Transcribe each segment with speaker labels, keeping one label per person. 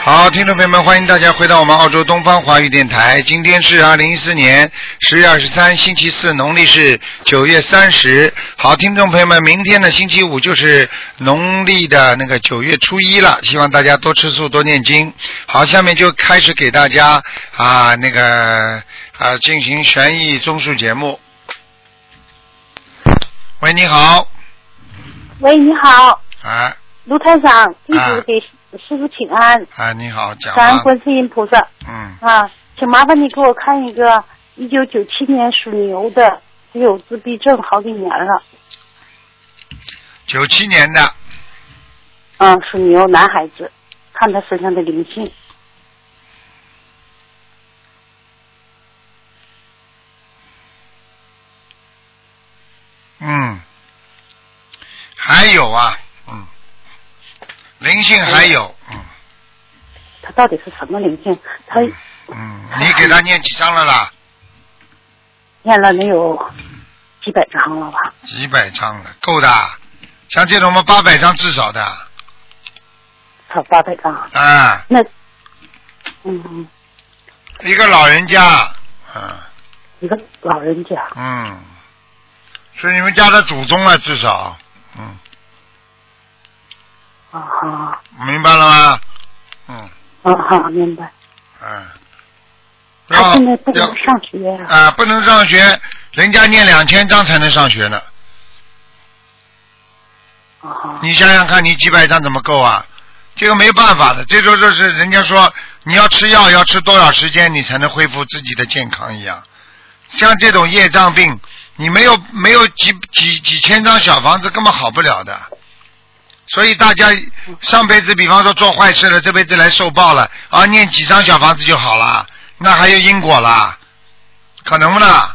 Speaker 1: 好，听众朋友们，欢迎大家回到我们澳洲东方华语电台。今天是二零一四年十月二十三，星期四，农历是九月三十。好，听众朋友们，明天呢，星期五就是农历的那个九月初一了，希望大家多吃素，多念经。好，下面就开始给大家啊那个啊进行悬疑综述节目。喂，你好，
Speaker 2: 喂，你好，
Speaker 1: 啊
Speaker 2: 卢台长，弟
Speaker 1: 啊
Speaker 2: 子给师傅请安，
Speaker 1: 啊，你好，讲
Speaker 2: 感恩
Speaker 1: 吧，
Speaker 2: 观世音菩萨
Speaker 1: 嗯，
Speaker 2: 啊，请麻烦你给我看一个一九九七年属牛的，有自闭症好几年了，
Speaker 1: 九七年的，
Speaker 2: 嗯，属牛男孩子，看他身上的灵性，
Speaker 1: 嗯，还有啊，嗯，灵性还有，嗯
Speaker 2: 他到底是什么灵性？他
Speaker 1: 嗯，你给他念几张了啦？
Speaker 2: 念了能有几百张了吧？
Speaker 1: 几百张了，够的啊。像这种嘛，八百张至少的
Speaker 2: 超八百张，
Speaker 1: 啊，
Speaker 2: 那嗯，
Speaker 1: 一个老人家，啊，
Speaker 2: 一个老人家，
Speaker 1: 嗯，是你们家的祖宗了，至少，嗯，
Speaker 2: 啊哈，
Speaker 1: 明白了吗？嗯
Speaker 2: 啊哈，明白。
Speaker 1: 嗯，不
Speaker 2: 他
Speaker 1: 要
Speaker 2: 现在不
Speaker 1: 要
Speaker 2: 能上学啊。
Speaker 1: 啊，不能上学，人家念两千张才能上学呢。
Speaker 2: 啊哈
Speaker 1: 你想想看，你几百张怎么够啊？这个没办法的，这就就是人家说你要吃药要吃多少时间你才能恢复自己的健康一样。像这种业障病，你没有没有几几几千张小房子根本好不了的。所以大家上辈子比方说做坏事了，这辈子来受报了，啊，念几张小房子就好了，那还有因果啦，可能不啦？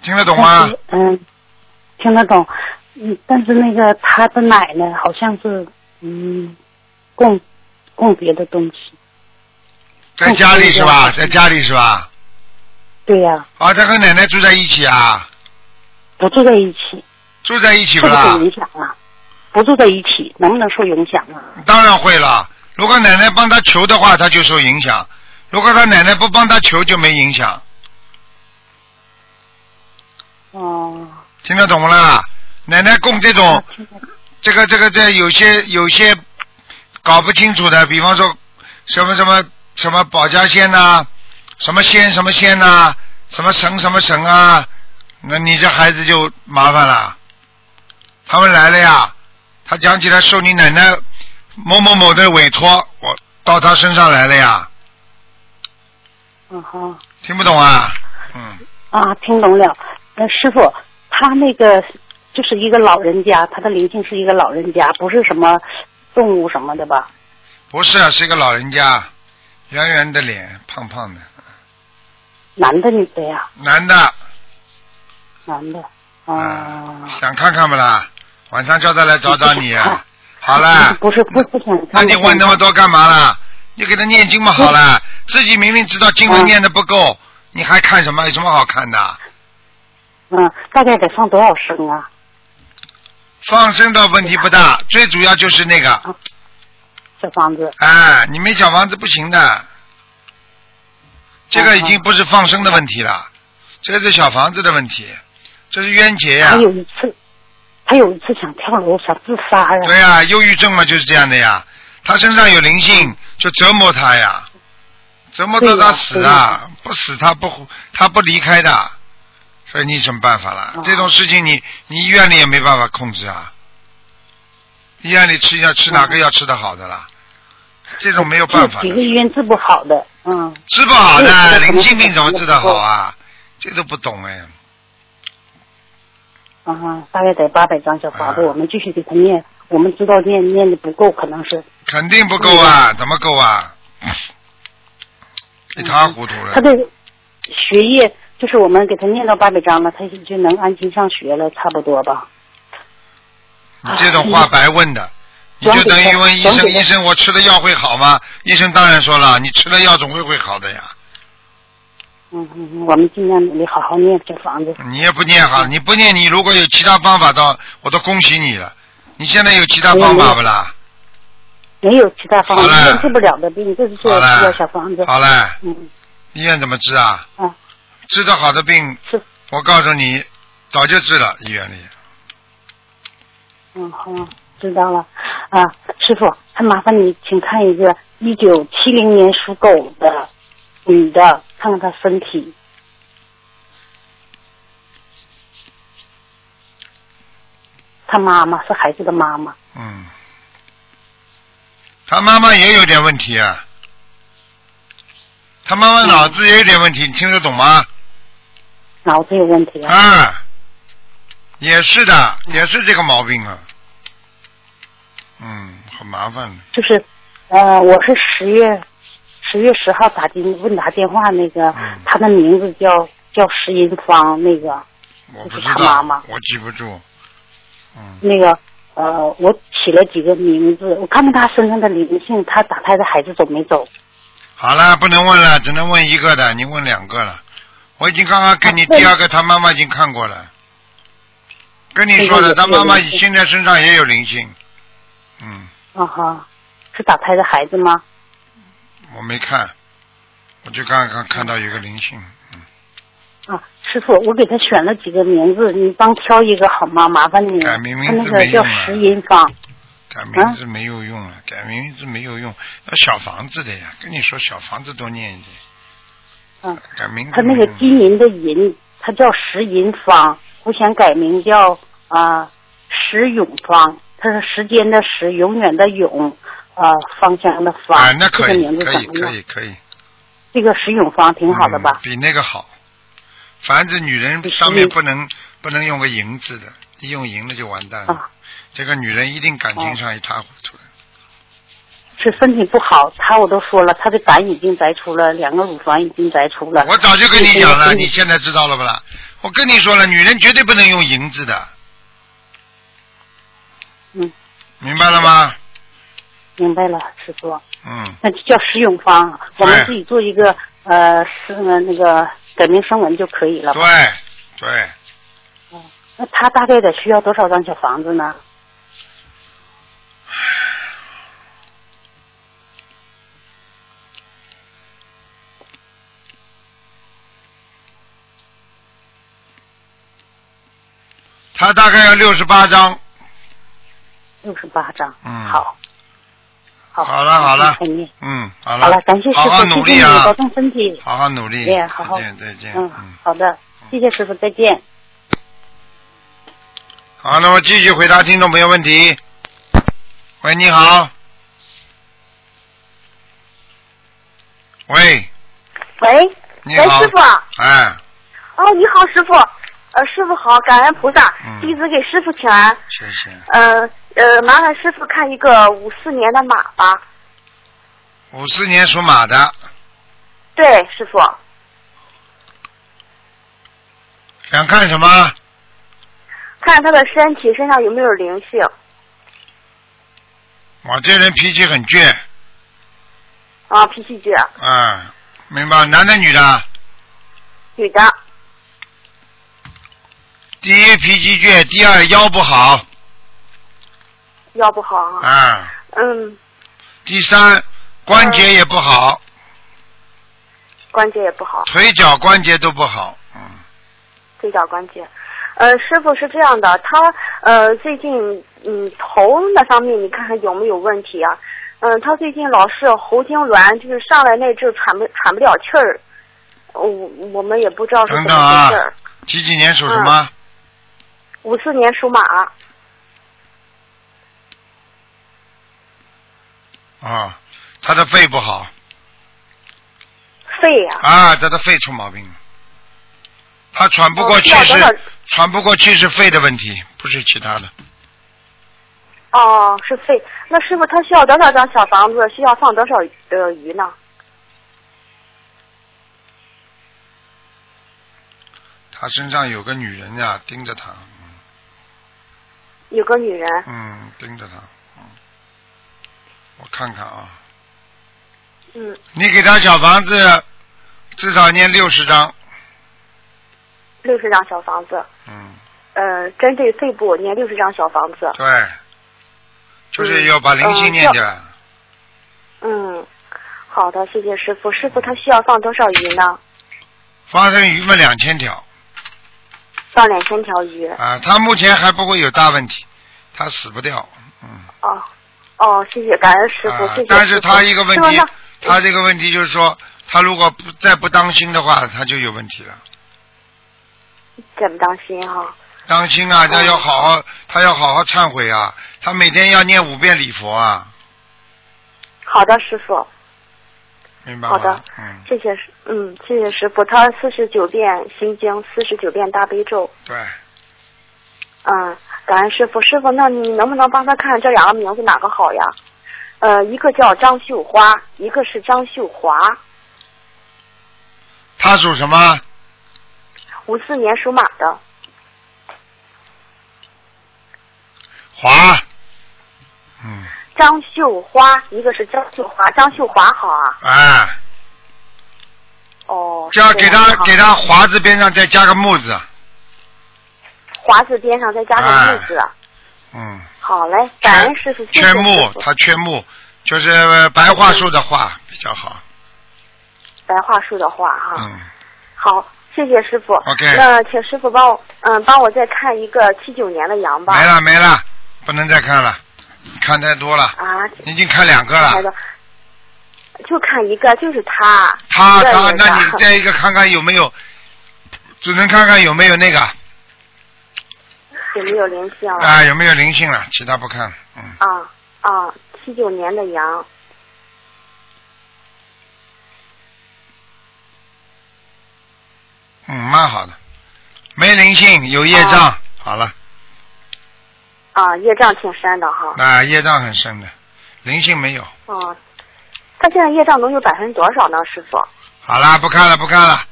Speaker 1: 听得懂吗？
Speaker 2: 但是嗯，听得懂。嗯，但是那个他的奶奶好像是嗯，供供别的东西。
Speaker 1: 在家里是吧？在家里是吧？
Speaker 2: 对呀、
Speaker 1: 啊，他和奶奶住在一起啊，
Speaker 2: 不住在一起，
Speaker 1: 住在一起
Speaker 2: 是
Speaker 1: 不
Speaker 2: 不
Speaker 1: 啦
Speaker 2: 是？影响啊？不住在一起，能不能受影响啊？
Speaker 1: 当然会了。如果奶奶帮他求的话，他就受影响；如果他奶奶不帮他求，就没影响。
Speaker 2: 哦，啊
Speaker 1: 听得懂不啦？奶奶供这种
Speaker 2: 听得懂
Speaker 1: 这个这个这有些有些搞不清楚的，比方说什么什么什么保家仙呐、什么仙什么仙呐、什么神什么神啊，那你这孩子就麻烦了。他们来了呀，他讲起来受你奶奶某某某的委托，我到他身上来了呀，
Speaker 2: 嗯哈
Speaker 1: 听不懂啊？嗯，
Speaker 2: 啊，听懂了。呃，师傅，他那个就是一个老人家，他的灵性是一个老人家，不是什么动物什么的吧？
Speaker 1: 不是啊，是一个老人家，圆圆的脸，胖胖的，
Speaker 2: 男的女的呀？
Speaker 1: 男的，
Speaker 2: 男的。
Speaker 1: 啊
Speaker 2: 啊，
Speaker 1: 想看看不啦？晚上叫他来找找你 啊。好啦，
Speaker 2: 不是不是不想看。
Speaker 1: 那你嗯问那么
Speaker 2: 多？
Speaker 1: 多干嘛啦？你给他念经嘛好啦，自己明明知道经文
Speaker 2: 嗯
Speaker 1: 念的不够，你还看什么？有什么好看的？
Speaker 2: 嗯，大概得放多少升啊？
Speaker 1: 放生倒问题不大，最主要就是那个，
Speaker 2: 小房子
Speaker 1: 哎，你没小房子不行的，这个已经不是放生的问题了，这个是小房子的问题，这是冤结哎呀、
Speaker 2: 他有一次，他有一次想跳楼，想自杀呀、
Speaker 1: 对呀、忧郁症嘛就是这样的呀，他身上有灵性就折磨他呀，折磨到他死
Speaker 2: 嗯对呀
Speaker 1: 啊，不死他不他不离开的，所以你有什么办法啦？
Speaker 2: 哦
Speaker 1: 这种事情你你医院里也没办法控制啊，医院里吃药吃哪
Speaker 2: 嗯
Speaker 1: 个药吃的好的啦？这种没有办法
Speaker 2: 就几个
Speaker 1: 的，
Speaker 2: 医院治不好的，嗯，
Speaker 1: 治不好
Speaker 2: 这
Speaker 1: 的
Speaker 2: 个可能
Speaker 1: 灵性
Speaker 2: 是
Speaker 1: 病怎么治得
Speaker 2: 不
Speaker 1: 好
Speaker 2: 够
Speaker 1: 啊？这都不懂哎，
Speaker 2: 啊，大概得八百张小房子，
Speaker 1: 啊
Speaker 2: 我们继续给他念，我们知道念念的不够，可能是
Speaker 1: 肯定不够啊，怎么够啊？
Speaker 2: 嗯
Speaker 1: 一塌糊涂了。
Speaker 2: 他的学业，就是我们给他念到八百张了，他就能安心上学了，差不多吧？
Speaker 1: 你这种话白问的，你就等于问医
Speaker 2: 转
Speaker 1: 生，
Speaker 2: 给他
Speaker 1: 医生我吃了药会好吗？医生当然说了，你吃了药总会会好的呀。
Speaker 2: 嗯嗯，嗯我们尽量努力好好念小房子。
Speaker 1: 你也不念好，你不念，你如果有其他方法的，我都恭喜你了。你现在有其他方法不啦？
Speaker 2: 没有其他方
Speaker 1: 好嘞
Speaker 2: 法，治不了的病，就是这
Speaker 1: 好嘞
Speaker 2: 需要小房子。
Speaker 1: 好了，
Speaker 2: 嗯，
Speaker 1: 医院怎么治啊？
Speaker 2: 嗯
Speaker 1: 治得好的病
Speaker 2: 是，
Speaker 1: 我告诉你，早就治了医院里。
Speaker 2: 嗯，好，知道了。啊，师傅，还麻烦你请看一个一九七零年属狗的女的，看看她身体。她妈妈是孩子的妈妈，
Speaker 1: 嗯，他妈妈也有点问题啊，他妈妈脑子也有点问题，你听得懂吗？
Speaker 2: 脑子有问题啊。
Speaker 1: 啊，也是的，也是这个毛病啊。嗯，很麻烦的。
Speaker 2: 就是，呃，我是十月十月十号打进问打电话那个
Speaker 1: 嗯，
Speaker 2: 她的名字叫叫石银芳那个。
Speaker 1: 我
Speaker 2: 这
Speaker 1: 不
Speaker 2: 是
Speaker 1: 知
Speaker 2: 他
Speaker 1: 道，
Speaker 2: 妈妈
Speaker 1: 我记不住。嗯，
Speaker 2: 那个呃，我起了几个名字，我看看他身上的灵性，他打胎的孩子走没走？
Speaker 1: 好了，不能问了，只能问一个的，你问两个了。我已经刚刚给你
Speaker 2: 啊对
Speaker 1: 第二个，他妈妈已经看过了。跟你说的，
Speaker 2: 这个
Speaker 1: 他
Speaker 2: 也
Speaker 1: 妈妈
Speaker 2: 有灵性
Speaker 1: 现在身上也有灵性。嗯，
Speaker 2: 啊哈，是打胎的孩子吗？
Speaker 1: 我没看，我就刚刚看到有个灵性。嗯，
Speaker 2: 啊，师傅，我给他选了几个名字，你帮挑一个好吗？麻烦你了。
Speaker 1: 改
Speaker 2: 他
Speaker 1: 名名
Speaker 2: 那
Speaker 1: 字
Speaker 2: 个
Speaker 1: 没
Speaker 2: 叫
Speaker 1: 用啊
Speaker 2: 石银芳，
Speaker 1: 改名字没有用了，啊改名字没有用，要小房子的呀。跟你说，小房子多念一点。
Speaker 2: 嗯，
Speaker 1: 改名字
Speaker 2: 他那
Speaker 1: 没
Speaker 2: 个
Speaker 1: 用啊
Speaker 2: 金银的银，他叫石银芳，我想改名叫啊、石永芳，他是时间的时，永远的永，啊、芳香的芳。
Speaker 1: 啊，那
Speaker 2: 这
Speaker 1: 可
Speaker 2: 个
Speaker 1: 以
Speaker 2: 名，字
Speaker 1: 可以，
Speaker 2: 怎么
Speaker 1: 可
Speaker 2: 样？
Speaker 1: 以，可以。
Speaker 2: 这个石永芳挺好的吧
Speaker 1: 嗯？比那个好。凡是女人上面不能不能用个银字的，一用银的就完蛋了。
Speaker 2: 啊。
Speaker 1: 这个女人一定感情上一塌糊涂的。
Speaker 2: 是身体不好，他我都说了，他的胆已经摘除了，两个乳房已经摘除了。
Speaker 1: 我早就跟你讲了，
Speaker 2: 嗯
Speaker 1: 你现在知道了不啦？我跟你说了，女人绝对不能用银字的。
Speaker 2: 嗯。
Speaker 1: 明白了吗？
Speaker 2: 明白了，师傅，
Speaker 1: 嗯，
Speaker 2: 那就叫石永芳，我
Speaker 1: 哎
Speaker 2: 们自己做一个呃是呃那个改名声纹就可以了。
Speaker 1: 对对，
Speaker 2: 那他大概得需要多少张小房子呢？
Speaker 1: 她大概要六十八张。
Speaker 2: 六十八张。
Speaker 1: 嗯
Speaker 2: 好。好
Speaker 1: 好了好了
Speaker 2: 再念
Speaker 1: 嗯，好了，
Speaker 2: 好了，感谢师
Speaker 1: 好好
Speaker 2: 傅，
Speaker 1: 努
Speaker 2: 谢谢
Speaker 1: 力
Speaker 2: 你，
Speaker 1: 啊
Speaker 2: 保，重身体。
Speaker 1: 好好努力，
Speaker 2: 哎好好
Speaker 1: 再见再见，
Speaker 2: 嗯，好的，谢谢师傅，再见。
Speaker 1: 好，那么继续回答听众朋友问题。喂，你好。喂，
Speaker 3: 喂，
Speaker 1: 你好。
Speaker 3: 喂师傅
Speaker 1: 哎，
Speaker 3: 哦，你好，师傅。呃，师傅好，感恩菩萨
Speaker 1: 嗯，
Speaker 3: 弟子给师傅请安。
Speaker 1: 谢谢。
Speaker 3: 呃呃，麻烦师傅看一个五四年的马吧。
Speaker 1: 五四年属马的，
Speaker 3: 对，师傅，
Speaker 1: 想看什么？
Speaker 3: 看他的身体身上有没有灵性。
Speaker 1: 我这人脾气很倔，
Speaker 3: 啊，脾气倔，
Speaker 1: 啊，明白？男的女的？
Speaker 3: 女的。
Speaker 1: 第一脾气倔，第二腰不好，
Speaker 3: 腰不好啊，
Speaker 1: 啊，
Speaker 3: 嗯，
Speaker 1: 第三关节也不好，
Speaker 3: 关节也不好，
Speaker 1: 腿脚关节都不好，嗯，
Speaker 3: 腿脚关节。呃，师傅是这样的，他呃最近嗯头那方面你看看有没有问题啊？嗯、他最近老是喉痉挛，就是上来那阵儿喘不喘不了气儿，我、我们也不知道是
Speaker 1: 等
Speaker 3: 怎
Speaker 1: 等
Speaker 3: 么
Speaker 1: 啊
Speaker 3: 回事儿。
Speaker 1: 几几年属什么？
Speaker 3: 五四年属马，
Speaker 1: 啊，他的肺不好
Speaker 3: 肺呀、
Speaker 1: 啊，他的肺出毛病了，他喘不过
Speaker 3: 哦
Speaker 1: 气
Speaker 3: 需要
Speaker 1: 是、
Speaker 3: 多少
Speaker 1: 喘不过气是肺的问题，不是其他的。
Speaker 3: 哦，是肺。那师傅他需要多少张小房子？需要放多少呃鱼呢？
Speaker 1: 他身上有个女人呀、盯着他，
Speaker 3: 有个女人，
Speaker 1: 嗯，盯着他，嗯，我看看啊，
Speaker 3: 嗯，
Speaker 1: 你给他小房子至少念六十张，
Speaker 3: 六十张小房子，
Speaker 1: 嗯，
Speaker 3: 呃，针对肺部念六十张小房子。
Speaker 1: 对，就是
Speaker 3: 嗯
Speaker 1: 哦要把灵性
Speaker 3: 嗯
Speaker 1: 念
Speaker 3: 要
Speaker 1: 掉，
Speaker 3: 嗯好的，谢谢师傅。师傅他需要放多少鱼呢？
Speaker 1: 发生鱼嘛两千条
Speaker 3: 放两千条鱼。
Speaker 1: 啊，他目前还不会有大问题，他死不掉，嗯。
Speaker 3: 哦哦，谢谢，感恩师傅，
Speaker 1: 啊
Speaker 3: 谢谢师傅。，
Speaker 1: 但是他一个问
Speaker 3: 师
Speaker 1: 题
Speaker 3: 傅那，
Speaker 1: 他这个问题就是说，他如果不再不当心的话，他就有问题了。
Speaker 3: 怎么当心哈、
Speaker 1: 当心啊，他要好好，他要好好忏悔啊，他每天要念五遍礼佛啊，
Speaker 3: 好的，师傅，
Speaker 1: 明白
Speaker 3: 好
Speaker 1: 吗
Speaker 3: 的？
Speaker 1: 嗯，
Speaker 3: 谢谢师，嗯，谢谢师傅。他四十九遍心经，四十九遍大悲咒，
Speaker 1: 对，
Speaker 3: 嗯，感恩师傅。师傅，那你能不能帮他看这两个名字哪个好呀？呃，一个叫张秀花，一个是张秀华。
Speaker 1: 他属什么？
Speaker 3: 五四年属马的，
Speaker 1: 华，嗯，
Speaker 3: 张秀花，一个是张秀华，张秀华好啊。
Speaker 1: 哎，
Speaker 3: 哦，
Speaker 1: 就要给
Speaker 3: 这样
Speaker 1: 他
Speaker 3: 好
Speaker 1: 给他华字边上再加个木字，啊
Speaker 3: 华字边上再加上木字。
Speaker 1: 嗯，
Speaker 3: 好嘞，
Speaker 1: 缺
Speaker 3: 感恩师傅，谢谢
Speaker 1: 缺
Speaker 3: 师
Speaker 1: 木，
Speaker 3: 傅。
Speaker 1: 他缺木，就是呃白桦树的桦比较好，
Speaker 3: 白桦树的话哈、
Speaker 1: 嗯，
Speaker 3: 好，谢谢师傅。
Speaker 1: OK
Speaker 3: 那请师傅帮我，嗯，帮我再看一个七九年的羊吧。
Speaker 1: 没了没了，不能再看了，看太多了，
Speaker 3: 啊，
Speaker 1: 已经看两个
Speaker 3: 孩
Speaker 1: 了，
Speaker 3: 子，就看一个，就是他。
Speaker 1: 他
Speaker 3: 一个
Speaker 1: 他，
Speaker 3: 人
Speaker 1: 那
Speaker 3: 的
Speaker 1: 你再一个看看有没有，只能看看有没有那个
Speaker 3: 有没有灵性了？
Speaker 1: 啊有没有灵性了，其他不看了，嗯，
Speaker 3: 啊啊，七九年的羊，
Speaker 1: 嗯，蛮好的，没灵性有业障，好了，
Speaker 3: 啊，业障挺深的哈。
Speaker 1: 啊业障很深的，灵性没有。
Speaker 3: 嗯，他现在业障能有百分之多少呢，师傅？
Speaker 1: 好啦，不看了，不看了。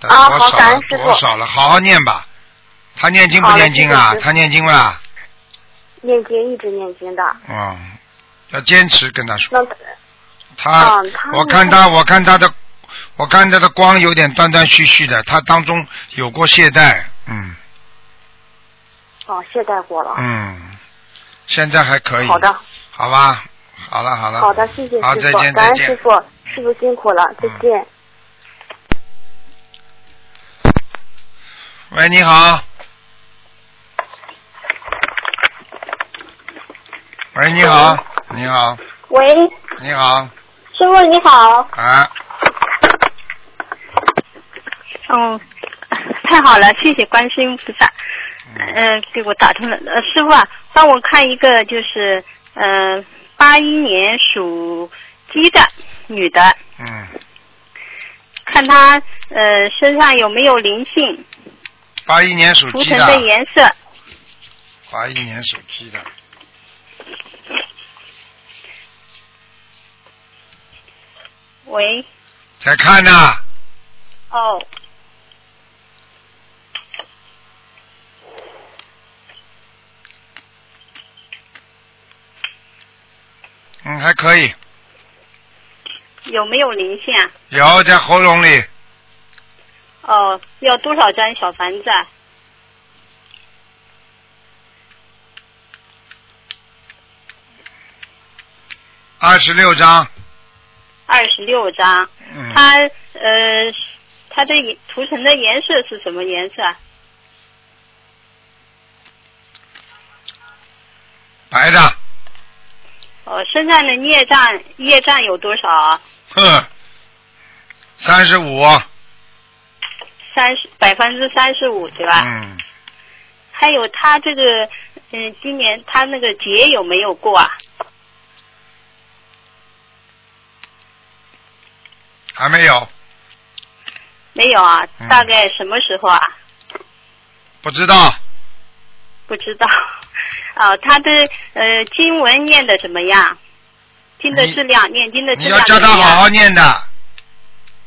Speaker 1: 多
Speaker 3: 啊
Speaker 1: 少
Speaker 3: 好感
Speaker 1: 了
Speaker 3: 恩？师
Speaker 1: 多
Speaker 3: 傅
Speaker 1: 少了？好好念吧。他念经不
Speaker 3: 好嘞
Speaker 1: 念经啊
Speaker 3: 谢谢师？傅
Speaker 1: 他念经吧。
Speaker 3: 念经一直念经的，
Speaker 1: 嗯，要坚持跟他说。
Speaker 3: 那
Speaker 1: 他
Speaker 3: 嗯他，
Speaker 1: 我看他，我看他的，我看他的光有点断断续续的，他当中有过懈怠，嗯
Speaker 3: 哦懈怠过了。
Speaker 1: 嗯，现在还可以。
Speaker 3: 好。的，
Speaker 1: 好吧，好了好了。
Speaker 3: 好的，谢谢
Speaker 1: 好，
Speaker 3: 师
Speaker 1: 再
Speaker 3: 傅，
Speaker 1: 见
Speaker 3: 感
Speaker 1: 再
Speaker 3: 恩师
Speaker 1: 见。嗯
Speaker 3: 傅，师傅辛苦了，再见。
Speaker 1: 喂，你好。喂，你好，
Speaker 3: 嗯
Speaker 1: 你好，
Speaker 4: 喂，
Speaker 1: 你好，
Speaker 4: 师傅你好。
Speaker 1: 啊。
Speaker 5: 哦， 太好了，谢谢观世音菩萨，嗯、给我打通了。呃，师傅啊，帮我看一个就是，嗯、呃，八一年属鸡的女的，
Speaker 1: 嗯，
Speaker 5: 看她呃身上有没有灵性，
Speaker 1: 八一年属
Speaker 5: 图
Speaker 1: 鸡
Speaker 5: 腾的
Speaker 1: 的，
Speaker 5: 颜色，
Speaker 1: 八一年属鸡的，
Speaker 5: 喂，
Speaker 1: 在看呢，
Speaker 5: 哦。
Speaker 1: 嗯，还可以，
Speaker 5: 有没有灵性啊？
Speaker 1: 有在喉咙里，
Speaker 5: 哦，要多少张小房子啊？
Speaker 1: 二十六张，
Speaker 5: 二十六张。
Speaker 1: 嗯，
Speaker 5: 它呃，它的颜图层的颜色是什么颜色啊？
Speaker 1: 白的，
Speaker 5: 哦，身上的孽障业障有多少啊？
Speaker 1: 哼，三十五，
Speaker 5: 三十百分之三十五对吧？
Speaker 1: 嗯，
Speaker 5: 还有他这个嗯，今年他那个节有没有过啊？
Speaker 1: 还没有，
Speaker 5: 没有啊
Speaker 1: 嗯，
Speaker 5: 大概什么时候啊？
Speaker 1: 不知道，
Speaker 5: 不知道。 啊，他的呃经文念的怎么样？经的
Speaker 1: 你
Speaker 5: 质量，念经的质
Speaker 1: 你要
Speaker 5: 量
Speaker 1: 叫
Speaker 5: 怎
Speaker 1: 他
Speaker 5: 么
Speaker 1: 好
Speaker 5: 样？
Speaker 1: 好念的，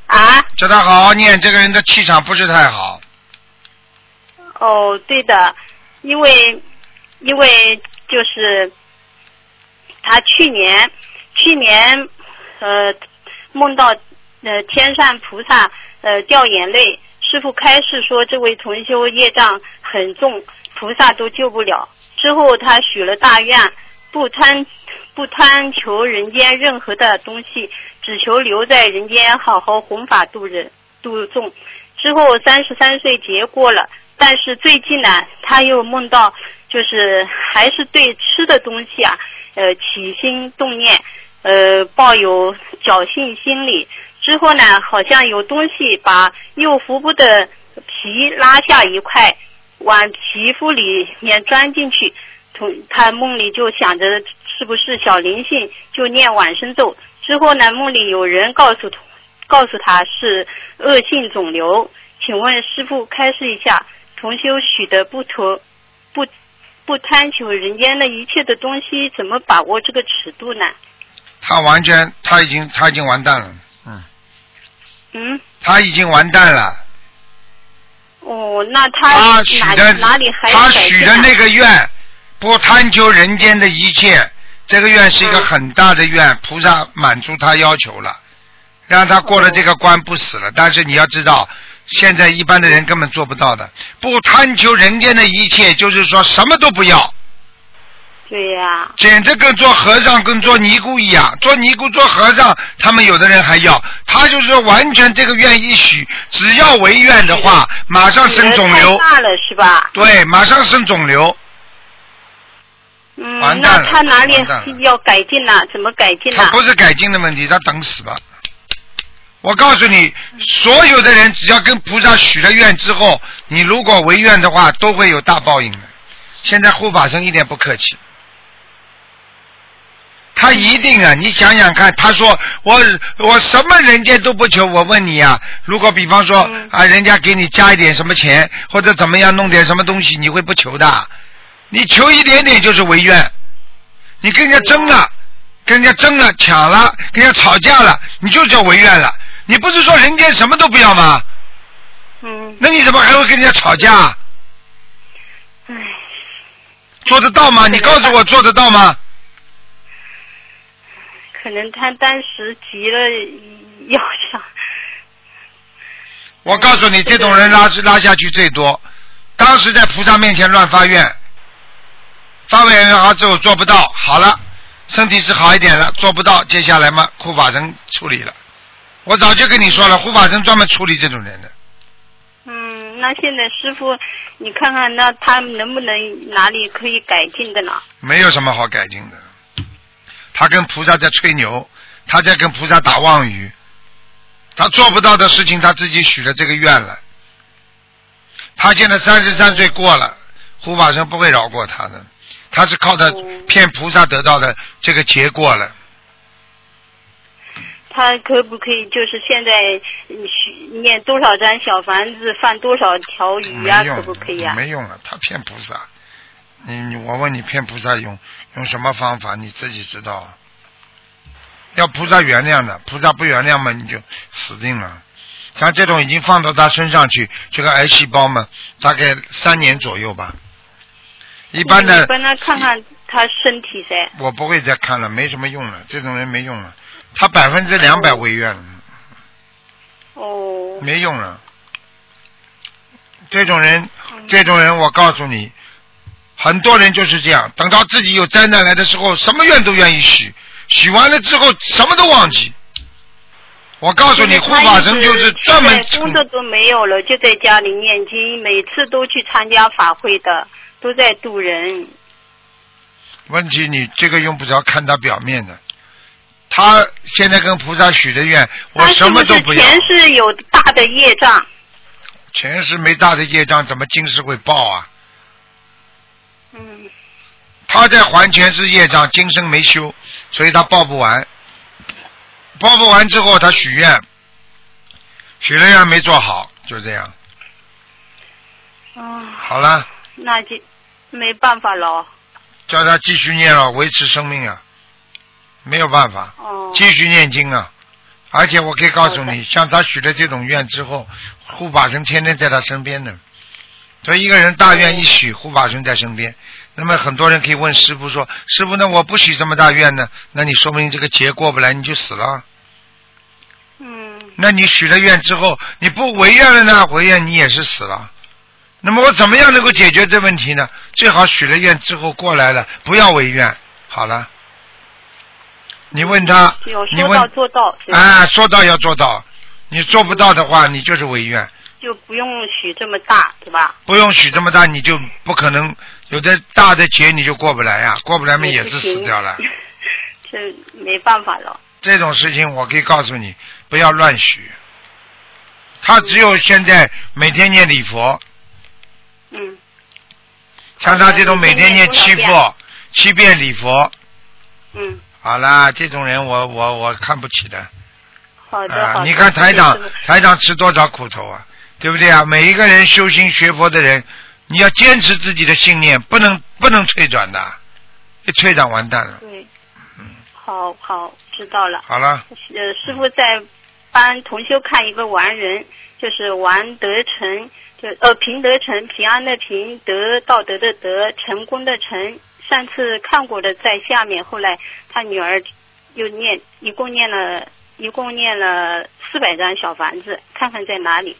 Speaker 5: 啊，
Speaker 1: 叫他好好念，这个人的气场不是太好，
Speaker 5: 哦，对的，因为因为就是他去年去年呃梦到呃天上菩萨呃掉眼泪，师傅开示说这位同修业障很重，菩萨都救不了。之后他许了大愿，不参不贪求人间任何的东西，只求留在人间好好弘法度人度众。之后三十三岁节过了，但是最近呢，他又梦到就是还是对吃的东西啊，呃起心动念，呃抱有侥幸心理。之后呢，好像有东西把右腹部的皮拉下一块，往皮肤里面钻进去。从他梦里就想着是不是小灵性，就念往生咒。之后呢，梦里有人告诉他告诉他是恶性肿瘤。请问师傅开示一下，同修许的不求不不贪求人间的一切的东西，怎么把握这个尺度呢？
Speaker 1: 他完全他已经他已经完蛋了，嗯，
Speaker 5: 嗯，
Speaker 1: 他已经完蛋了。
Speaker 5: 哦，那
Speaker 1: 他
Speaker 5: 他
Speaker 1: 许
Speaker 5: 哪
Speaker 1: 的
Speaker 5: 哪里还有
Speaker 1: 他
Speaker 5: 改
Speaker 1: 许
Speaker 5: 进啊
Speaker 1: 的
Speaker 5: 呢
Speaker 1: 那个愿，不贪求人间的一切，这个愿是一个
Speaker 5: 嗯
Speaker 1: 很大的愿，菩萨满足他要求了，让他过了
Speaker 5: 哦
Speaker 1: 这个关不死了。但是你要知道，现在一般的人根本做不到的。不贪求人间的一切，就是说什么都不要，
Speaker 5: 对呀、
Speaker 1: 简直跟做和尚跟做尼姑一样。做尼姑做和尚，他们有的人还要，他就是说完全这个愿一许，只要违愿的话，马上生肿
Speaker 5: 女儿
Speaker 1: 瘤。
Speaker 5: 太大了是吧？
Speaker 1: 对，马上生肿瘤。
Speaker 5: 嗯，
Speaker 1: 完蛋
Speaker 5: 那
Speaker 1: 了
Speaker 5: 他哪里
Speaker 1: 完蛋了
Speaker 5: 要改进呢？怎么改进呢？
Speaker 1: 他不是改进的问题，他等死吧。我告诉你，所有的人只要跟菩萨许了愿之后，你如果违愿的话，都会有大报应的。现在护法神一点不客气，他一定啊！你想想看，他说我我什么人间都不求，我问你啊，如果比方说
Speaker 5: 嗯
Speaker 1: 啊，人家给你加一点什么钱，或者怎么样弄点什么东西，你会不求的？你求一点点就是违愿，你跟人家争啊了，跟人家争了、抢了、跟人家吵架了，你就叫违愿了。你不是说人间什么都不要吗？
Speaker 5: 嗯，
Speaker 1: 那你怎么还会跟人家吵架？
Speaker 5: 唉，
Speaker 1: 做得到吗？你告诉我做得到吗？
Speaker 5: 可能他当时急了，要想，
Speaker 1: 我告诉你，这种人拉拉下去最多。当时在菩萨面前乱发愿，发愿好之后做不到，好了，身体是好一点了，做不到，接下来嘛，护法神处理了。我早就跟你说了，护法神专门处理这种人的。
Speaker 5: 嗯，那现在师傅，你看看那他能不能哪里可以改进的呢？
Speaker 1: 没有什么好改进的。他跟菩萨在吹牛，他在跟菩萨打妄语，他做不到的事情，他自己许了这个愿了。他现在三十三岁过了，护法神不会饶过他的，他是靠他
Speaker 5: 嗯
Speaker 1: 骗菩萨得到的这个结果了。
Speaker 5: 他可不可以就是现在嗯许念多少张小房子，放多少条鱼
Speaker 1: 没
Speaker 5: 啊？
Speaker 1: 用
Speaker 5: 可不可以啊？
Speaker 1: 没用了，他骗菩萨。你你我问你，骗菩萨用用什么方法？你自己知道啊。要菩萨原谅的，菩萨不原谅嘛，你就死定了。像这种已经放到他身上去，这个癌细胞嘛，大概三年左右吧。一般
Speaker 5: 你
Speaker 1: 的，
Speaker 5: 帮他看看他身体噻。
Speaker 1: 我不会再看了，没什么用了，这种人没用了。他百分之两百违愿了。
Speaker 5: 哦，
Speaker 1: 没用了。这种人
Speaker 5: 嗯，
Speaker 1: 这种人，我告诉你，很多人就是这样。等到自己有灾难来的时候，什么愿都愿意许，许完了之后什么都忘记。我告诉你，护法神就是专门
Speaker 5: 现在工作都没有了，就在家里念经，每次都去参加法会的，都在度人。
Speaker 1: 问题你这个用不着看他表面的。他现在跟菩萨许的愿，我
Speaker 5: 他
Speaker 1: 什
Speaker 5: 是
Speaker 1: 么
Speaker 5: 不
Speaker 1: 都
Speaker 5: 是
Speaker 1: 不要，
Speaker 5: 前世有大的业障？
Speaker 1: 前世没大的业障，怎么今世会报啊？
Speaker 5: 嗯，
Speaker 1: 他在还前世业障，今生没修，所以他报不完。报不完之后，他许愿，许了愿没做好，就这样。
Speaker 5: 啊，
Speaker 1: 好了，
Speaker 5: 那就没办法了。
Speaker 1: 叫他继续念了，维持生命啊，没有办法，
Speaker 5: 哦，
Speaker 1: 继续念经啊。而且我可以告诉
Speaker 5: 好
Speaker 1: 你，
Speaker 5: 的
Speaker 1: 像他许了这种愿之后，护法神天天在他身边呢。所以一个人大愿一
Speaker 5: 嗯
Speaker 1: 许，护法神在身边。那么很多人可以问师傅说：“师傅，那我不许这么大愿呢？那你说明这个劫过不来，你就死了啊。”
Speaker 5: 嗯，
Speaker 1: 那你许了愿之后，你不违愿了呢？违愿你也是死了。那么我怎么样能够解决这问题呢？最好许了愿之后过来了，不要违愿。好了，你问他，
Speaker 5: 有
Speaker 1: 你
Speaker 5: 说
Speaker 1: 问
Speaker 5: 到做到，对
Speaker 1: 啊，说到要做到，你做不到的话，你就是违愿。
Speaker 5: 就不用许这么大，对吧？
Speaker 1: 不用许这么大，你就不可能有的大的劫你就过不来呀、啊过不来嘛也是死掉了
Speaker 5: 也。不行。 这没办法了，
Speaker 1: 这种事情我可以告诉你，不要乱许。他只有现在每天念礼佛，
Speaker 5: 嗯，
Speaker 1: 像他这种每天念七
Speaker 5: 每天念多
Speaker 1: 佛、七遍礼佛，
Speaker 5: 嗯，
Speaker 1: 好啦，这种人我我我看不起的。
Speaker 5: 好的，好
Speaker 1: 啊，
Speaker 5: 的。
Speaker 1: 你看台长
Speaker 5: 谢谢师，
Speaker 1: 台长吃多少苦头啊，对不对啊？每一个人修心学佛的人，你要坚持自己的信念，不能不能退转的，一退转完蛋了
Speaker 5: 傅。对，
Speaker 1: 嗯
Speaker 5: 好好知道了。
Speaker 1: 好了，
Speaker 5: 呃，师傅在帮同修看一个完人，就是王德成，就呃平德成，平安的平，德道德的德，成功的成。上次看过的在下面，后来他女儿又念，一共念了，一共念了四百张小房子，看看在哪里。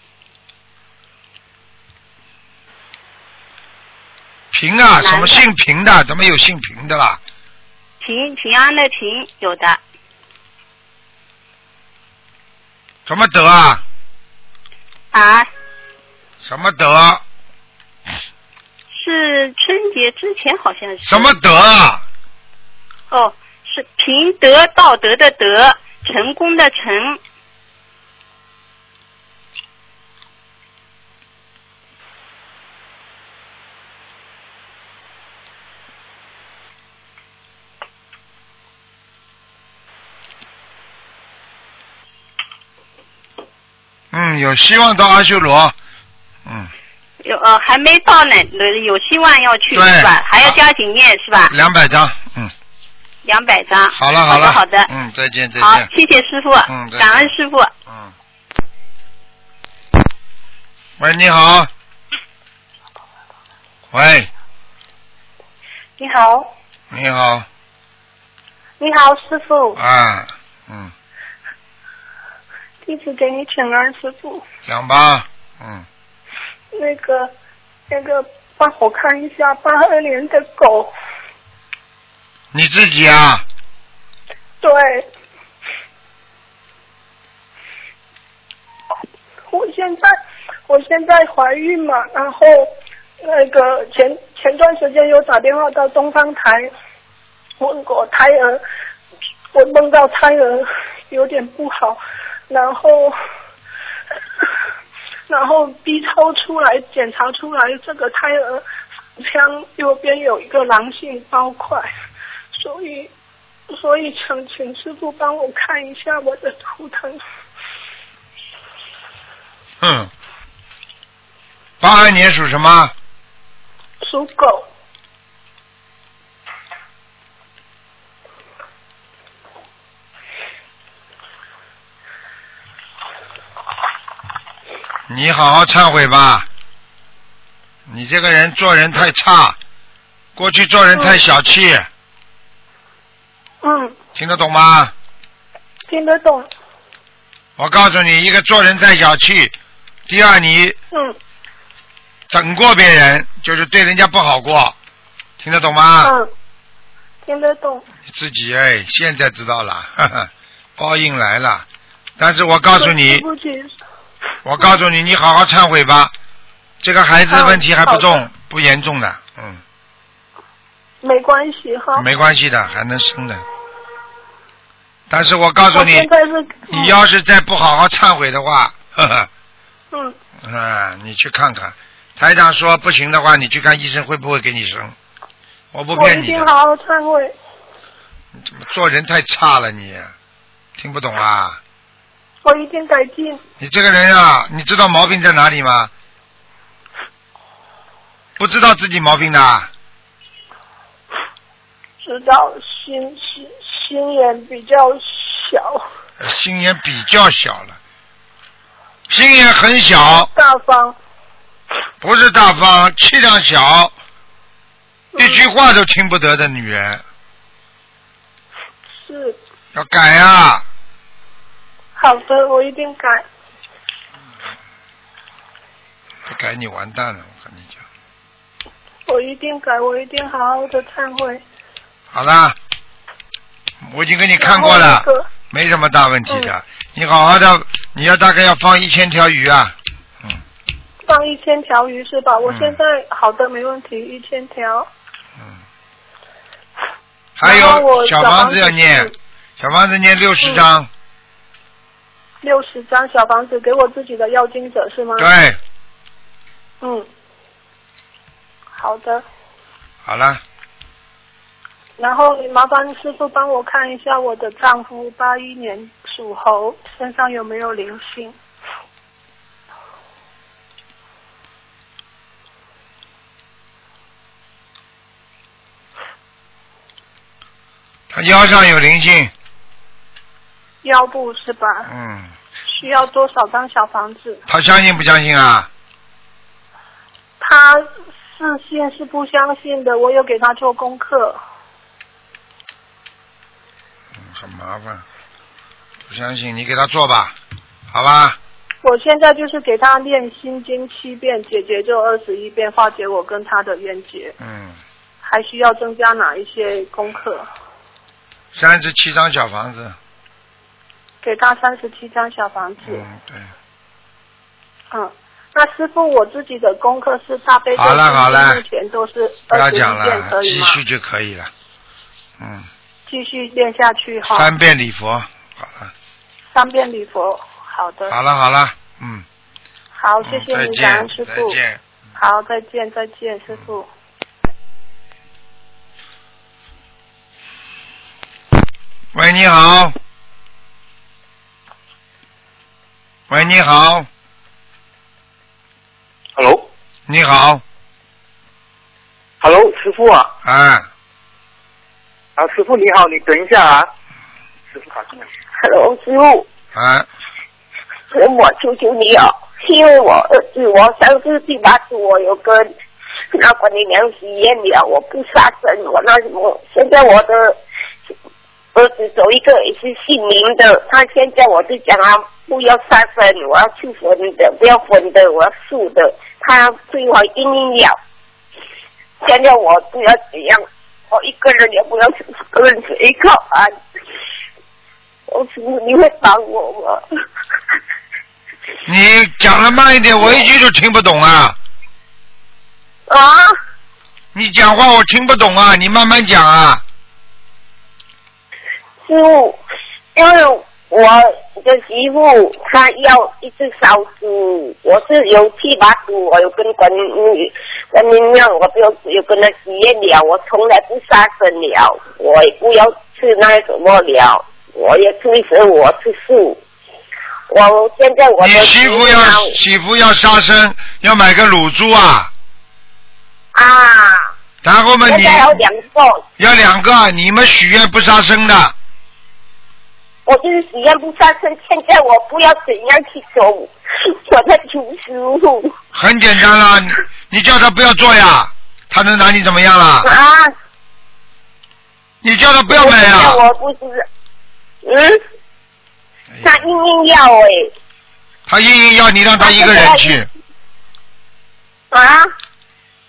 Speaker 1: 平啊，
Speaker 5: 男的
Speaker 1: 什么姓平的？怎么有姓平的啦？
Speaker 5: 平平安的平有的，
Speaker 1: 什么德啊？
Speaker 5: 啊，
Speaker 1: 什么德？
Speaker 5: 是春节之前好像是
Speaker 1: 什么德啊？
Speaker 5: 哦，是平德道德的德，成功的成，
Speaker 1: 嗯，有希望到阿修罗。嗯，
Speaker 5: 有呃还没到呢，呃有希望要去
Speaker 1: 对
Speaker 5: 是吧？还要加紧念是吧？
Speaker 1: 两百张。嗯，
Speaker 5: 两百张。
Speaker 1: 好了
Speaker 5: 好
Speaker 1: 了。
Speaker 5: 好的，
Speaker 1: 嗯，再见再
Speaker 5: 好
Speaker 1: 见，。
Speaker 5: 谢谢师傅，
Speaker 1: 嗯再见
Speaker 5: 感恩师傅。
Speaker 1: 嗯。喂，你好。喂，
Speaker 4: 你好，
Speaker 1: 你好。
Speaker 4: 你好，师傅，
Speaker 1: 啊，嗯，
Speaker 4: 弟子给你请安，师傅。
Speaker 1: 讲吧，嗯，
Speaker 4: 那个，那个，帮我看一下八二年的狗，
Speaker 1: 你自己啊，
Speaker 4: 对。我现在，我现在怀孕嘛，然后那个前前段时间有打电话到东方台，问过胎儿，我梦到胎儿有点不好，然后。然后 B 超出来检查出来，这个胎儿腔右边有一个囊性包块，所以所以想请师傅帮我看一下我的图腾。
Speaker 1: 哼，八二年属什么？
Speaker 4: 属狗，
Speaker 1: 你好好忏悔吧，你这个人做人太差，过去做人太小气，
Speaker 4: 嗯，
Speaker 1: 听得懂吗？
Speaker 4: 听得懂，
Speaker 1: 我告诉你，一个做人太小气，第二你
Speaker 4: 嗯
Speaker 1: 整过别人，就是对人家不好过，听得懂吗？
Speaker 4: 嗯，听得懂，
Speaker 1: 自己哎，现在知道了， 哈哈，报应来了。但是我告诉你
Speaker 4: 对，不起，
Speaker 1: 我告诉你，你好好忏悔吧。这个孩子
Speaker 4: 嗯
Speaker 1: 问题还不
Speaker 4: 好
Speaker 1: 重，不严重的，嗯，
Speaker 4: 没关系哈。
Speaker 1: 没关系的，还能生的。但是我告诉
Speaker 4: 我
Speaker 1: 你
Speaker 4: 现，在嗯是
Speaker 1: 你要是再不好好忏悔的话， 呵呵，
Speaker 4: 嗯，
Speaker 1: 嗯，你去看看。台长说不行的话，你去看医生会不会给你生？我不
Speaker 4: 我
Speaker 1: 骗
Speaker 4: 一
Speaker 1: 你
Speaker 4: 定
Speaker 1: 的，
Speaker 4: 好好忏悔。
Speaker 1: 你怎么做人太差了你，听不懂啊？
Speaker 4: 我一定改进，
Speaker 1: 你这个人啊，你知道毛病在哪里吗？不知道自己毛病的啊，
Speaker 4: 直到心心心眼比较小，
Speaker 1: 呃心眼比较小了，心眼很小，
Speaker 4: 大方，
Speaker 1: 不是大方，气量小，
Speaker 4: 嗯
Speaker 1: 一句话都听不得的女人，
Speaker 4: 是
Speaker 1: 要改啊！
Speaker 4: 好的，我一定改。
Speaker 1: 不改你完蛋了，我跟你讲。
Speaker 4: 我一定改，我一定好好的忏悔。
Speaker 1: 好啦，我已经给你看过了
Speaker 3: 然后那个，
Speaker 1: 没什么大问题的。你好好的，你要大概要放一千条鱼啊，
Speaker 4: 放一千条鱼是吧？我
Speaker 1: 嗯
Speaker 4: 现在好的没问题，一千条。
Speaker 1: 还
Speaker 4: 然后我
Speaker 1: 有小房子要念
Speaker 4: 是，
Speaker 1: 小房子念六十
Speaker 4: 嗯
Speaker 1: 张，
Speaker 4: 六十张小房子给我自己的要经者是吗？。
Speaker 1: 对，
Speaker 4: 嗯，好的。
Speaker 1: 好了，
Speaker 4: 然后麻烦师傅帮我看一下我的丈夫八一年属猴身上有没有灵性？
Speaker 1: 他腰上有灵性，
Speaker 4: 腰部是吧？
Speaker 1: 嗯，
Speaker 4: 需要多少张小房子？
Speaker 1: 他相信不相信啊？
Speaker 4: 他是信是不相信的？我有给他做功课。
Speaker 1: 嗯很麻烦，不相信你给他做吧，好吧？
Speaker 4: 我现在就是给他念心经七遍，姐姐就二十一遍，化解我跟他的冤结。
Speaker 1: 嗯，
Speaker 4: 还需要增加哪一些功课？
Speaker 1: 三十七张小房子，
Speaker 4: 给他三十七张小房子。
Speaker 1: 嗯，对，
Speaker 4: 嗯，那师傅，我自己的功课是大悲咒，
Speaker 1: 好了好了
Speaker 4: 目前都是
Speaker 1: 不要
Speaker 4: 二十一
Speaker 1: 讲
Speaker 4: 遍，
Speaker 1: 了，
Speaker 4: 可以
Speaker 1: 继
Speaker 4: 吗？
Speaker 1: 续就可以了，嗯，
Speaker 4: 继续练下去哈，
Speaker 1: 三遍礼佛，好
Speaker 4: 嗯
Speaker 1: 了，
Speaker 4: 三遍礼佛。好的，
Speaker 1: 好了，好了，嗯，
Speaker 4: 好，
Speaker 1: 嗯
Speaker 4: 谢谢
Speaker 1: 再
Speaker 4: 你，感
Speaker 1: 见
Speaker 4: 恩师，
Speaker 1: 再
Speaker 4: 傅。
Speaker 1: 见。
Speaker 4: 好，再见，再见，师傅。
Speaker 1: 喂，你好。喂，你好，
Speaker 6: Hello，Hello，
Speaker 1: 你好，
Speaker 6: 师傅啊，
Speaker 1: 哎，
Speaker 6: 啊，师傅你好，你等一下啊，师傅好像
Speaker 7: Hello，师傅，
Speaker 1: 哎，
Speaker 7: 师傅，我求求你哦，因为我儿子，我上次第八次我有跟那管理娘许愿了，我不杀生，我那我现在我的儿子走一个也是姓名的，他现在我就讲啊，不要杀生，我要去荤的，不要荤的，我要素的，他对我应应了，现在我不要怎样，我一个人也不要跟谁靠岸。我师傅，你会帮我吗？
Speaker 1: 你讲的慢一点，我一句都听不懂啊！
Speaker 7: 啊，
Speaker 1: 你讲话我听不懂啊，你慢慢讲啊。
Speaker 7: 师傅，因为我的媳妇她要一只烧猪，我是有去把猪，我有跟管理管理让我不要有跟她许愿了，我从来不杀生了，我也不要吃那什么了，我也推迟我吃素。我现在我的
Speaker 1: 你媳妇要
Speaker 7: 啊
Speaker 1: 媳妇要杀生，要买个乳猪啊，
Speaker 7: 啊，
Speaker 1: 然后嘛
Speaker 7: 现
Speaker 1: 你
Speaker 7: 在有两个，
Speaker 1: 要两个，你们许愿不杀生的，
Speaker 7: 我就是许愿不杀生，现在我不要怎样去走，我在求师傅。
Speaker 1: 很简单啦，你你叫他不要做呀，他能拿你怎么样啦？
Speaker 7: 啊，
Speaker 1: 你叫他不要买啊呀、
Speaker 7: 我不知，嗯，
Speaker 1: 哎呀
Speaker 7: 他硬硬要哎、
Speaker 1: 他硬硬要你让他一个人去，
Speaker 7: 啊，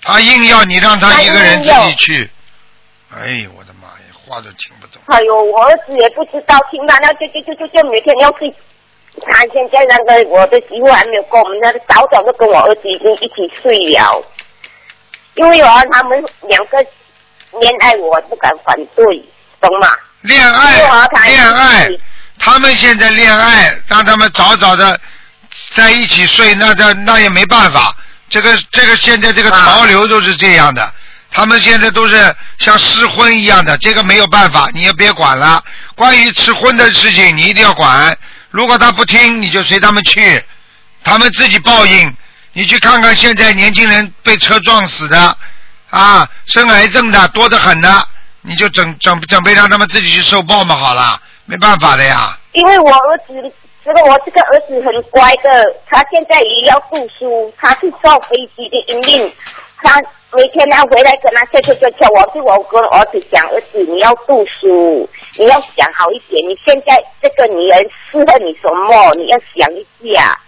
Speaker 1: 他硬要你让他一个人自己去。哎呦我的妈呀，话都听不懂。
Speaker 7: 哎呦，我儿子也不知道听他那就就就就就每天要去。他现在那个我的媳妇还没有跟我们那个早早就跟我儿子已经一起睡了，因为我他们两个恋爱，我不敢反对，懂吗？
Speaker 1: 恋
Speaker 7: 因为我
Speaker 1: 爱
Speaker 7: 要，谈
Speaker 1: 恋爱
Speaker 7: 自己，
Speaker 1: 他们现在恋爱，让他们早早的在一起睡，那那那也没办法。这个这个现在这个潮流都是这样的，他们现在都是像失婚一样的，这个没有办法，你也别管了。关于吃荤的事情，你一定要管。如果他不听，你就随他们去，他们自己报应。你去看看现在年轻人被车撞死的，啊，生癌症的多得很的，你就准准准备让他们自己去受报嘛，好了，没办法的呀。
Speaker 7: 因为我儿子，这个我这个儿子很乖的，他现在也要读书，他是坐飞机的营运，他每天他回来跟他跳跳跳跳，我是我跟儿子讲，儿子你要读书，你要想好一点，你现在这个女人适合你什么，你要想一下。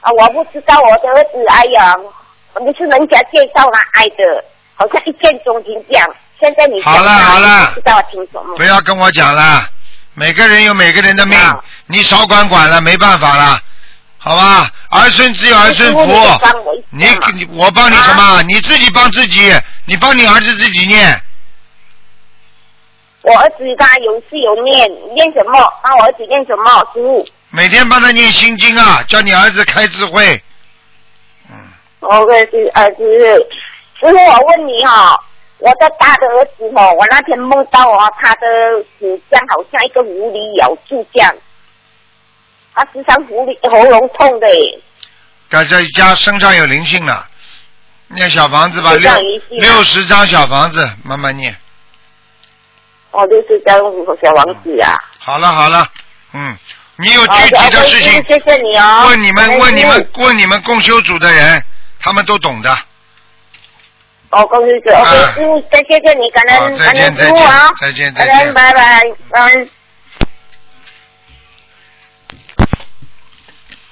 Speaker 7: 啊，我不知道我的儿子，哎呀，我们是人家介绍他爱的，好像一见钟情这样。现在你
Speaker 1: 好了
Speaker 7: 讲啊
Speaker 1: 好了
Speaker 7: 你知道我听什么？
Speaker 1: 不要跟我讲了，每个人有每个人的命
Speaker 7: 嗯啊，
Speaker 1: 你少管管了，没办法了，好吧？儿孙自有儿孙
Speaker 7: 师傅你
Speaker 1: 福
Speaker 7: 就，帮哎我一
Speaker 1: 你
Speaker 7: 下嘛啊
Speaker 1: 你我帮你什么？你自己帮自己，你帮你儿子自己念，
Speaker 7: 我儿子他有是有念念什么？帮我儿子念什么？师傅，
Speaker 1: 每天帮他念心经啊，叫你儿子开智慧。嗯，
Speaker 7: 我儿子儿子，师傅我问你哈、我的大的儿子哦，我那天梦到哦，他的骨架好像一个狐狸咬住这样，他时常狐狸喉咙痛的耶，
Speaker 1: 在这家身上有灵性了，念小房子吧，
Speaker 7: 身
Speaker 1: 六
Speaker 7: 上有灵性啊
Speaker 1: 六十张小房子，慢慢念。
Speaker 7: 哦，就是这样小王子啊。
Speaker 1: 好了好了，嗯，你有
Speaker 7: 好
Speaker 1: 具体的事情
Speaker 7: 师傅谢谢你哦。
Speaker 1: 问你
Speaker 7: 感
Speaker 1: 们
Speaker 7: 恩
Speaker 1: 问你
Speaker 7: 师
Speaker 1: 们
Speaker 7: 父。
Speaker 1: 问你们共修组的人，他们都懂的。
Speaker 7: 哦，恭喜师傅，
Speaker 1: 啊
Speaker 7: 师傅，再谢谢你，感
Speaker 1: 好，
Speaker 7: 恩
Speaker 1: 再
Speaker 7: 感
Speaker 1: 见
Speaker 7: 恩
Speaker 1: 再
Speaker 7: 师
Speaker 1: 见
Speaker 7: 傅啊，
Speaker 1: 再见再
Speaker 7: 感
Speaker 1: 见
Speaker 7: 恩，。拜拜，感恩。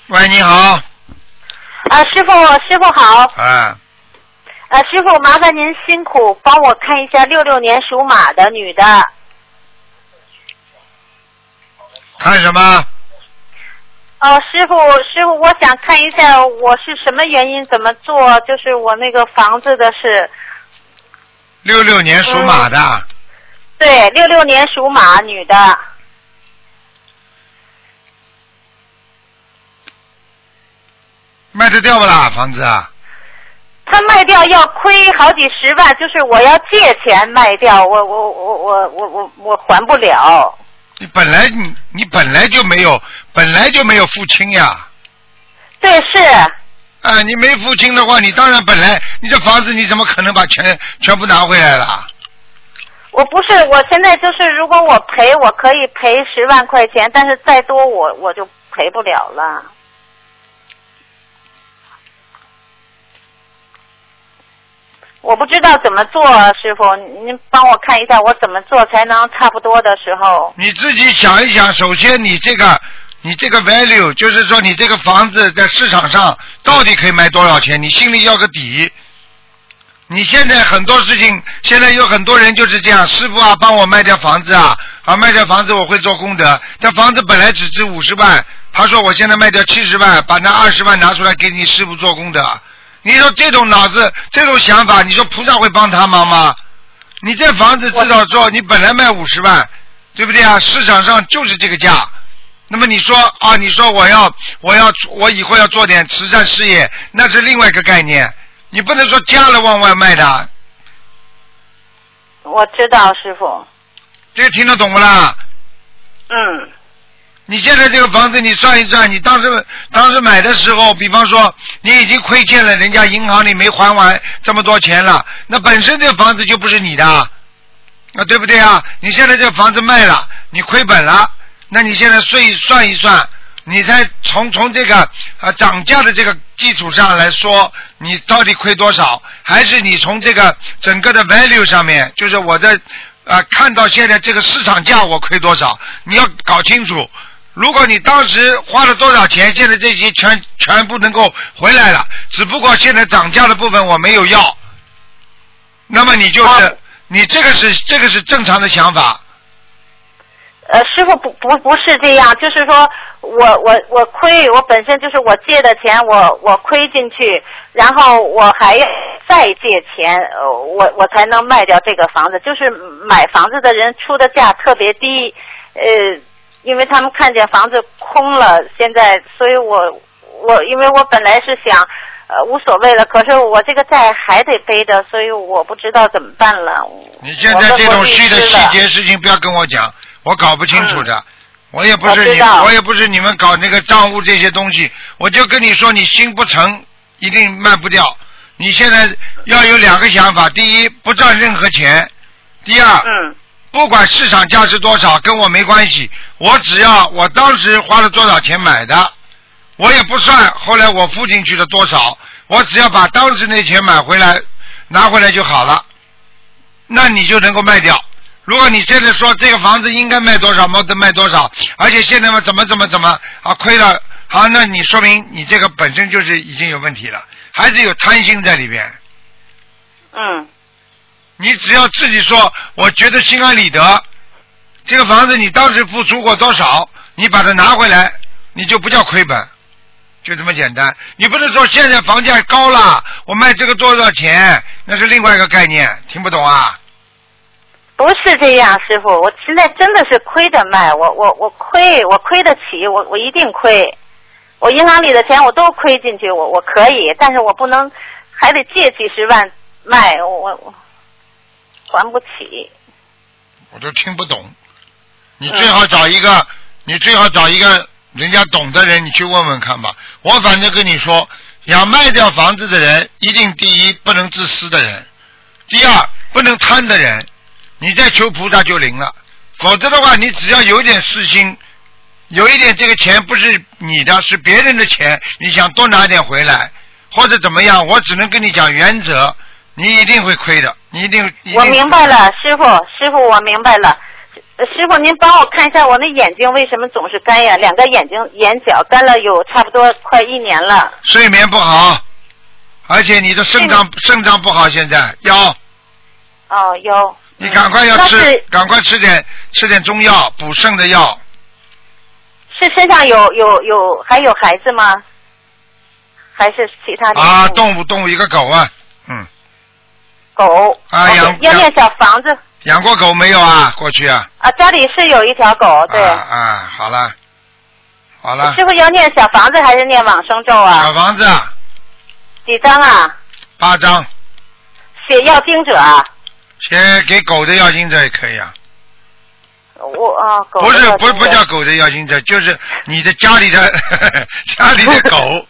Speaker 1: 喂，你好，
Speaker 8: 啊，师傅，师傅好。
Speaker 1: 啊，
Speaker 8: 呃，师傅，麻烦您辛苦帮我看一下六六年属马的女的，
Speaker 1: 看什么？
Speaker 8: 哦，师傅，师傅，我想看一下我是什么原因，怎么做，就是我那个房子的事。
Speaker 1: 六六年属马的，
Speaker 7: 嗯
Speaker 8: 对，六六年属马女的，
Speaker 1: 卖得掉不啦？房子啊？
Speaker 8: 她卖掉要亏好几十万，就是我要借钱卖掉，我我我我我我我还不了。
Speaker 1: 你本来你你本来就没有，本来就没有父亲呀。
Speaker 8: 对，是，
Speaker 1: 啊，你没父亲的话，你当然本来你这房子你怎么可能把钱全部拿回来了？
Speaker 8: 我不是，我现在就是，如果我赔，我可以赔十万块钱，但是再多我我就赔不了了。我不知道怎么做，师傅，您帮我看一下，我怎么做才能差不多的时候？
Speaker 1: 你自己想一想，首先你这个你这个 value，就是说你这个房子在市场上到底可以卖多少钱，你心里要个底。你现在很多事情，现在有很多人就是这样，师傅啊，帮我卖掉房子啊，啊，卖掉房子我会做功德。这房子本来只值五十万，他说我现在卖掉七十万，把那二十万拿出来给你师傅做功德。你说这种脑子，这种想法，你说菩萨会帮他忙吗？你这房子至少说你本来卖五十万，对不对啊？市场上就是这个价。那么你说啊，你说我要我要我以后要做点慈善事业，那是另外一个概念。你不能说加了往外卖的，
Speaker 8: 我知道，师傅，
Speaker 1: 这个听得懂不啦？
Speaker 8: 嗯，
Speaker 1: 你现在这个房子，你算一算，你当时当时买的时候，比方说你已经亏欠了人家银行里没还完这么多钱了，那本身这个房子就不是你的，啊，对不对啊？你现在这个房子卖了，你亏本了，那你现在算一算一算，你再从从这个啊涨价的这个基础上来说，你到底亏多少？还是你从这个整个的 value 上面，就是我在啊、看到现在这个市场价我亏多少？你要搞清楚。如果你当时花了多少钱，现在这些全全部能够回来了，只不过现在涨价的部分我没有要，那么你就是、你这个是这个是正常的想法，
Speaker 8: 呃，师傅不不不是这样，就是说我我我亏，我本身就是我借的钱，我我亏进去，然后我还要再借钱，呃我我才能卖掉这个房子。就是买房子的人出的价特别低，呃，因为他们看见房子空了，现在，所以我我因为我本来是想。呃，无所谓了。可是我这个债还得背着，所以我不知道怎么办了。
Speaker 1: 你现
Speaker 8: 我
Speaker 1: 在
Speaker 8: 问
Speaker 1: 这
Speaker 8: 过
Speaker 1: 种
Speaker 8: 律
Speaker 1: 细的
Speaker 8: 师
Speaker 1: 细
Speaker 8: 了
Speaker 1: 节事情不要跟我讲，我搞不清楚的。我也不
Speaker 8: 我
Speaker 1: 是
Speaker 8: 知
Speaker 1: 你，
Speaker 8: 道
Speaker 1: 我也不是你们搞那个账务这些东西，我就跟你说，你心不诚，一定卖不掉。你现在要有两个想法：第一，不赚任何钱；第二，
Speaker 8: 嗯
Speaker 1: 不管市场价值多少，跟我没关系。我只要我当时花了多少钱买的，我也不算后来我付进去了多少，我只要把当时那钱买回来，拿回来就好了。那你就能够卖掉。如果你现在说这个房子应该卖多少，没得卖多少，而且现在嘛怎么怎么怎么啊亏了，好，那你说明你这个本身就是已经有问题了，还是有贪心在里边。
Speaker 8: 嗯，
Speaker 1: 你只要自己说，我觉得心安理得，这个房子你当时付出过多少，你把它拿回来，你就不叫亏本，就这么简单。你不能说现在房价高了，我卖这个多少钱，那是另外一个概念，听不懂啊？
Speaker 7: 不是这样，师傅，我现在真的是亏着卖，我我我亏，我亏得起，我我一定亏，我银行里的钱我都亏进去，我我可以，但是我不能还得借几十万卖，我我我还不起。
Speaker 1: 我都听不懂。你
Speaker 7: 嗯
Speaker 1: 最好找一个，你最好找一个人家懂的人，你去问问看吧。我反正跟你说，想卖掉房子的人，一定第一不能自私的人，第二不能贪的人，你再求菩萨就灵了。否则的话，你只要有点私心，有一点这个钱不是你的，是别人的钱，你想多拿点回来，或者怎么样，我只能跟你讲原则，你一定会亏的，你一定。一定
Speaker 7: 我明白了，师傅，师傅，我明白了。呃师傅，您帮我看一下我那眼睛为什么总是干呀？两个眼睛眼角干了有差不多快一年了。
Speaker 1: 睡眠不好，而且你的肾脏肾脏不好，现在要
Speaker 7: 嗯哦，有。
Speaker 1: 你赶快要
Speaker 7: 那
Speaker 1: 吃
Speaker 7: 是，
Speaker 1: 赶快吃点吃点中药补肾的药。
Speaker 7: 是身上有有有还有孩子吗？还是其他的
Speaker 1: 啊，
Speaker 7: 动物
Speaker 1: 动物动物一个狗啊，嗯，
Speaker 7: 狗？
Speaker 1: 啊
Speaker 7: 哦
Speaker 1: 养
Speaker 7: 要
Speaker 1: 养
Speaker 7: 念小房子
Speaker 1: 养过狗没有啊？过去啊，
Speaker 7: 啊，家里是有一条狗，哦对。
Speaker 1: 啊啊，好了，好了，
Speaker 7: 师傅要念小房子还是念往生咒啊？
Speaker 1: 小房子啊
Speaker 7: 几张啊？
Speaker 1: 八张，
Speaker 7: 写要经者啊？
Speaker 1: 先给狗的药精者也可以啊，
Speaker 7: 我啊，狗
Speaker 1: 不是
Speaker 7: 要
Speaker 1: 不
Speaker 7: 经
Speaker 1: 不
Speaker 7: 者
Speaker 1: 叫狗的药精者，就是你的家里的 家里的狗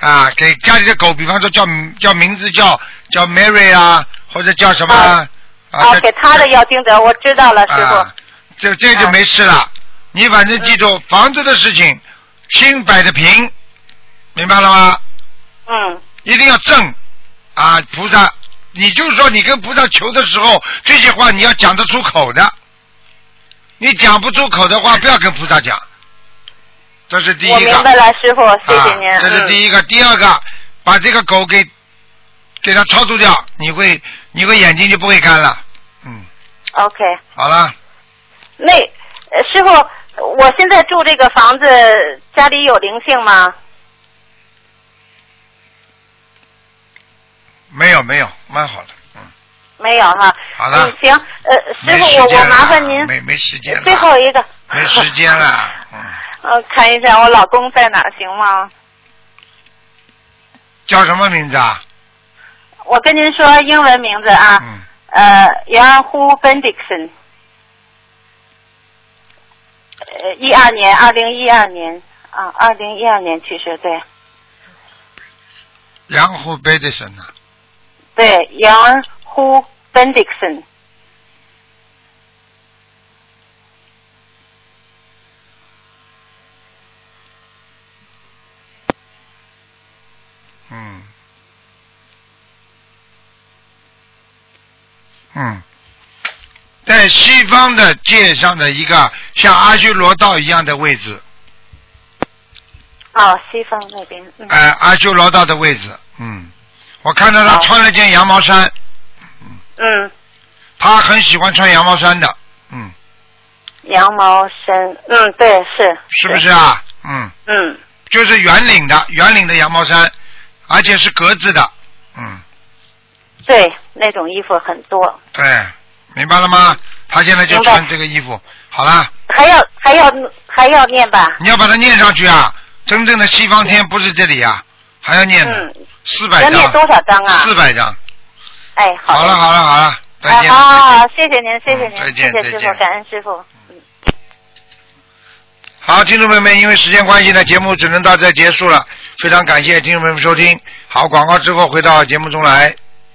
Speaker 1: 啊，给家里的狗，比方说叫叫名字叫叫 Mary 啊，或者叫什么啊
Speaker 7: 啊
Speaker 1: 啊
Speaker 7: 啊，给他的要经者，我知道了，师傅。嗯
Speaker 1: 啊，这这就没事了。你反正记住，房子的事情心摆得平，明白了吗？
Speaker 7: 嗯，
Speaker 1: 一定要正啊，菩萨，你就是说你跟菩萨求的时候，这些话你要讲得出口的。你讲不出口的话，不要跟菩萨讲。这是第一个。
Speaker 7: 我明白了，师傅，谢谢您。嗯
Speaker 1: 啊。这是第
Speaker 7: 一。
Speaker 1: 一个，第二个，把这个狗给给它超度掉，你会你会眼睛就不会干了。嗯，
Speaker 7: OK，
Speaker 1: 好了，
Speaker 7: 那呃师傅，我现在住这个房子，家里有灵性吗？
Speaker 1: 没有没有，蛮好的，嗯。
Speaker 7: 没有哈。
Speaker 1: 好了
Speaker 7: 嗯，行，呃，
Speaker 1: 没
Speaker 7: 师傅，我
Speaker 1: 时间
Speaker 7: 我
Speaker 1: 了啊
Speaker 7: 麻烦您，
Speaker 1: 没没时间了，啊
Speaker 7: 最后一个。
Speaker 1: 没时间了，嗯，
Speaker 7: 呃，看一下我老公在哪儿行吗？
Speaker 1: 叫什么名字啊？
Speaker 7: 我跟您说英文名字啊，
Speaker 1: 嗯，
Speaker 7: 呃 y a h o o Bendixon，呃，一二年，二零一二年啊，二零一二年去世，对
Speaker 1: 杨虎贝德森呐，
Speaker 7: 对 y a h o o Bendixon，
Speaker 1: 嗯，嗯，在西方的界上的一个像阿修罗道一样的位置，
Speaker 7: 哦，西方那边，嗯，
Speaker 1: 哎、阿修罗道的位置，嗯，我看到他
Speaker 7: 哦
Speaker 1: 穿了件羊毛衫，
Speaker 7: 嗯，
Speaker 1: 他很喜欢穿羊毛衫的，嗯，
Speaker 7: 羊毛衫，嗯，对，是，
Speaker 1: 是不是？啊？嗯，
Speaker 7: 嗯，
Speaker 1: 就是圆领的，圆领的羊毛衫，而且是格子的，嗯。
Speaker 7: 对，那种衣服很多，
Speaker 1: 对，明白了吗？他现在就
Speaker 7: 明白
Speaker 1: 穿这个衣服。好啦，
Speaker 7: 还要还要还要念吧？
Speaker 1: 你要把它念上去啊！真正的西方天不是这里啊，还要念的
Speaker 7: 嗯，
Speaker 1: 四百
Speaker 7: 要念多
Speaker 1: 张，
Speaker 7: 少张啊？
Speaker 1: 四百张。
Speaker 7: 哎，
Speaker 1: 好
Speaker 7: 好的
Speaker 1: 了好了好了，再
Speaker 7: 哎，
Speaker 1: 见。
Speaker 7: 好好
Speaker 1: 再
Speaker 7: 好
Speaker 1: 见，嗯
Speaker 7: 谢谢您，谢谢您，
Speaker 1: 再见
Speaker 7: 谢谢师
Speaker 1: 再见嗯
Speaker 7: 傅，感恩师傅。
Speaker 1: 好，听众朋友们，因为时间关系呢，节目只能到这结束了。非常感谢听众朋友们收听。好，广告之后回到节目中来。